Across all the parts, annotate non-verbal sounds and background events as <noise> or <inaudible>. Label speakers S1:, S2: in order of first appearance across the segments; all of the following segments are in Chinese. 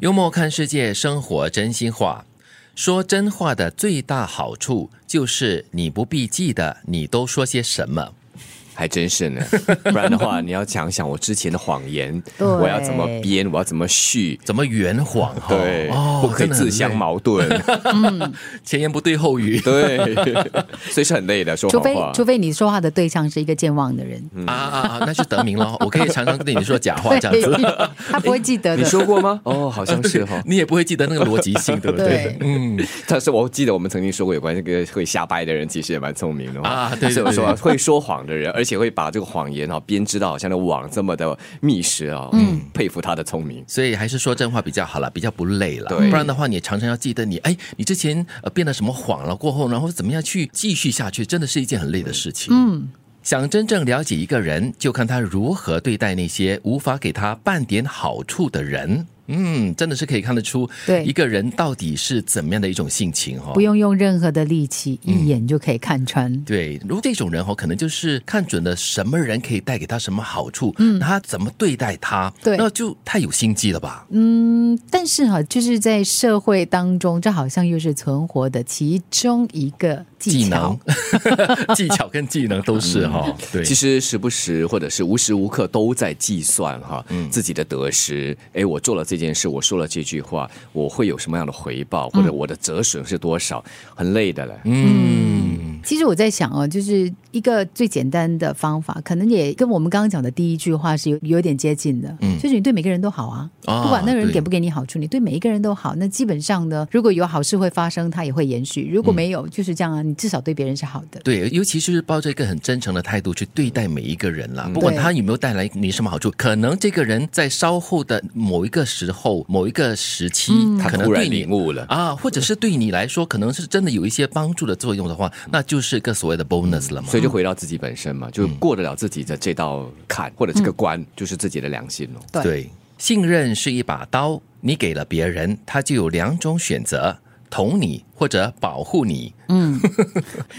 S1: 幽默看世界，生活真心话。说真话的最大好处就是你不必记得你都说些什么。
S2: 还真是呢， <laughs> 不然的话，你要想想我之前的谎言，
S3: 对
S2: 我要怎么编，我要怎么续，
S1: 怎么圆谎哈？哦
S2: 对，不可以自
S1: 真的
S2: 相。
S1: 很累
S2: 矛盾，
S1: 前言不对后语
S2: <laughs> 对，所以是很累的说
S3: 除
S2: 谎
S3: 非
S2: 话。
S3: 除非你说话的对象是一个健忘的人，
S1: 啊啊啊！那就得名了。我可以常常对你说假话，这样子。
S3: 对， <laughs> 他不会记得
S2: 你
S3: 的。
S2: 说
S1: <laughs>。
S2: 过吗？哦，好像是哈
S1: 你也不会记得那个逻辑性，对不对？
S3: 对
S1: 嗯，
S2: 但是我记得我们曾经说过有关这个会瞎掰的人，其实也蛮聪明的嘛
S1: 啊对对
S2: 所以我
S1: 对
S2: 说会说谎
S1: <laughs>
S2: 的人，而且会把这个谎言哈编织到好像那网这么的密实啊，嗯，佩服他的聪明。
S1: 所以还是说真话比较好了，比较不累了。
S2: 对
S1: 不然的话，你常常要记得你，哎，你之前呃变了什么谎了过后，然后怎么样去继续下去，真的是一件很累的事情。嗯。想真正了解一个人，就看他如何对待那些无法给他半点好处的人。嗯，真的是可以看得出，
S3: 对
S1: 一个人到底是怎么样的一种性情哦。
S3: 不用用任何的力气，一眼就可以看穿。
S1: 对，如果这种人哦，可能就是看准了什么人可以带给他什么好处，嗯，他怎么对待他，
S3: 对
S1: 那就太有心机了吧？
S3: 嗯，但是哈，就是在社会当中，这好像又是存活的其中一个技
S1: 技
S3: 巧嗯
S1: 能。、 <laughs> 技巧跟技能都是哈、对，
S2: 嗯其实时不时或者是无时无刻都在计算哈，
S1: 嗯
S2: 自己的得失。哎，我做了这件事，我说了这句话，我会有什么样的回报，或者我的折损是多少，很累的嘞。
S1: 嗯，
S3: 其实我在想哦，就是一个最简单的方法，可能也跟我们刚刚讲的第一句话是有有点接近的，
S1: 嗯
S3: 就是你对每个人都好啊，
S1: 啊
S3: 不管那个人
S1: 对
S3: 给不给你好处，你对每一个人都好。那基本上呢，如果有好事会发生，它也会延续；如果
S1: 嗯
S3: 没有，就是这样啊，你至少对别人是好的。 <laughs>
S1: 对，尤其是抱着一个很真诚的态度去对待每一个人啦，不管
S3: 嗯对
S1: 他有没有带来你什么好处，可能这个人在稍后的某一个时候、某一个时期，
S2: 他
S3: 嗯
S1: 可能
S2: 突然
S1: 对你
S2: 领悟了。
S1: 啊，或者是对你来说，可能是真的有一些帮助的作用的话，那就是个所谓的 bonus 了嘛。
S2: 嗯
S3: 嗯
S2: 所以就回到自己本身嘛，
S1: 嗯
S2: 就过得了自己的这道坎或者这个关，就是自己的良心咯。
S3: 对
S1: 对，信任是一把刀，你给了别人，他就有两种选择：捅你或者保护你。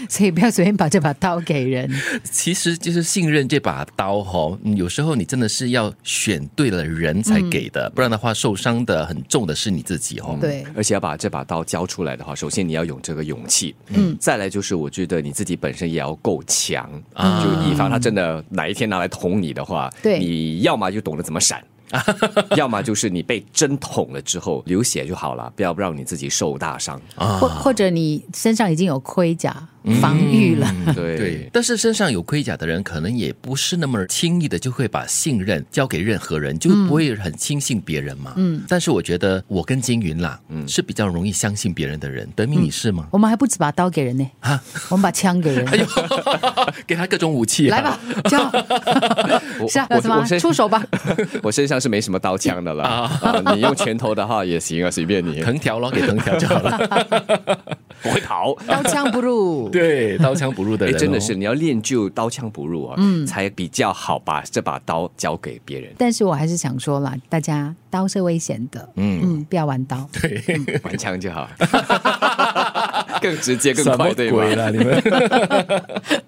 S3: 所以不要随便把这把刀给人。
S1: 其实就是信任这把刀哈、嗯有时候你真的是要选对了人才给的，不然的话受伤的很重的是你自己哦。
S3: 嗯对，
S2: 而且要把这把刀交出来的话，首先你要有这个勇气，嗯，再来就是我觉得你自己本身也要够强，
S1: 啊
S2: 就以防他真的哪一天拿来捅你的话，
S3: 对
S2: 你要么就懂得怎么闪。要么就是你被针捅了之后流血就好了，不要让你自己受大伤。
S1: 啊
S3: 或或者你身上已经有盔甲防御了，
S1: 嗯
S2: 对
S1: 对，但是身上有盔甲的人，可能也不是那么轻易的就会把信任交给任何人，就不会很轻信别人嘛。嗯，但是我觉得我跟金云啦，嗯，是比较容易相信别人的人。德明，
S3: 嗯
S1: 你是吗？
S3: 我们还不止把刀给人呢，我们把枪给人。
S1: 啊哎呦，
S3: <laughs>
S1: 哎给他各种武器、啊
S3: 来吧，，枪，
S2: 我
S3: 是啊，
S2: 我
S3: 什么
S2: 我身
S3: 出
S1: <laughs>
S3: 手吧？
S2: <laughs> 我身上是没什么刀枪的了，啊，你用拳头的话也行啊，随便你，
S1: 藤条咯，给藤条就好
S3: <laughs>
S1: 了。
S2: 不会跑。
S3: 刀枪不入。
S1: 对，刀枪不入的
S2: 哎，
S1: 人、哦，
S2: 真的是你要练就刀枪不入啊，
S3: 嗯
S2: 才比较好把这把刀交给别人。
S3: 但是我还是想说啦，大家刀是危险的，嗯不要玩刀。
S1: <laughs>
S2: 玩枪就好， <laughs> 更直接更
S1: 什么
S2: 快，对
S1: 鬼
S2: 吗？
S1: 啦，你
S2: <laughs>
S1: 们！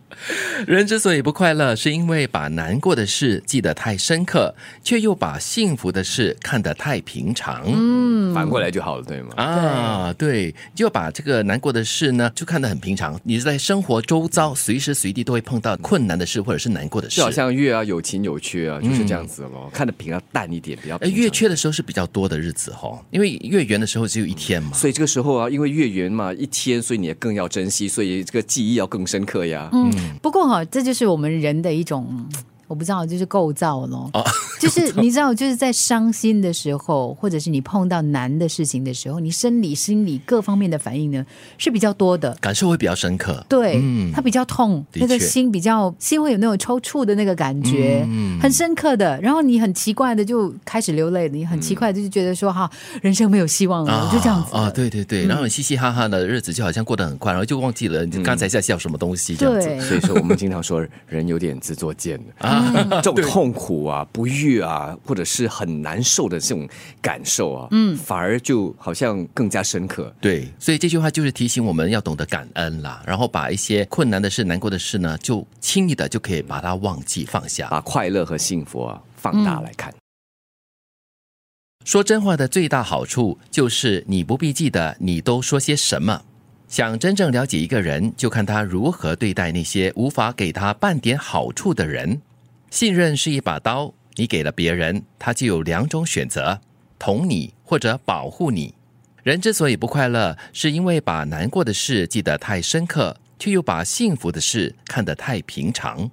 S1: 人之所以不快乐，是因为把难过的事记得太深刻，却又把幸福的事看得太平常。
S2: 嗯反过来就好了，对吗？
S1: 啊，对，就把这个难过的事呢，就看得很平常。你在生活周遭随时随地都会碰到困难的事或者是难过的事，
S2: 就好像月啊，有情有缺啊，就是这样子咯。看得比较淡一点，比
S1: 嗯
S2: 较
S1: 哎，
S2: 平常
S1: 月，缺的时候是比较多的日子哦，因为月圆的时候只有一天嘛。
S2: 所以这个时候啊，因为月圆嘛，一天，所以你也更要珍惜，所以这个记忆要更深刻呀。嗯，
S3: 不过哈，这就是我们人的一种。嗯我不知道，就是构造咯，
S1: 哦 <laughs>
S3: 就是你知道，就是在伤心的时候，或者是你碰到难的事情的时候，你生理、心理各方面的反应呢是比较多的。
S1: 感受会比较深刻，
S3: 对，它比较痛，
S1: 嗯的
S3: 那个
S1: 确
S3: 心比较心会有那种抽搐的那个感觉，
S1: 嗯
S3: 很深刻的。然后你很奇怪的就开始流泪，你很奇怪的就觉得说哈、人生没有希望了，嗯我就这样子嗯
S1: 啊，
S3: 了
S1: 对对对，然后嘻嘻哈哈的日子就好像过得很快，然后就忘记了你刚才在笑什么东西这样子。
S3: 对，
S2: 所以说我们经常说人有点自
S1: <laughs>
S2: 作贱啊，这种痛苦啊、不悦啊，或者是很难受的这种感受啊，嗯，反而就好像更加深刻。
S1: 对，所以这句话就是提醒我们要懂得感恩啦，然后把一些困难的事、难过的事呢，就轻易的就可以把它忘记放下。嗯
S2: 把快乐和幸福啊放大来看。
S1: 说真话的最大好处就是你不必记得你都说些什么。想真正了解一个人，就看他如何对待那些无法给他半点好处的人。信任是一把刀，你给了别人，他就有两种选择：捅你或者保护你。人之所以不快乐，是因为把难过的事记得太深刻，却又把幸福的事看得太平常。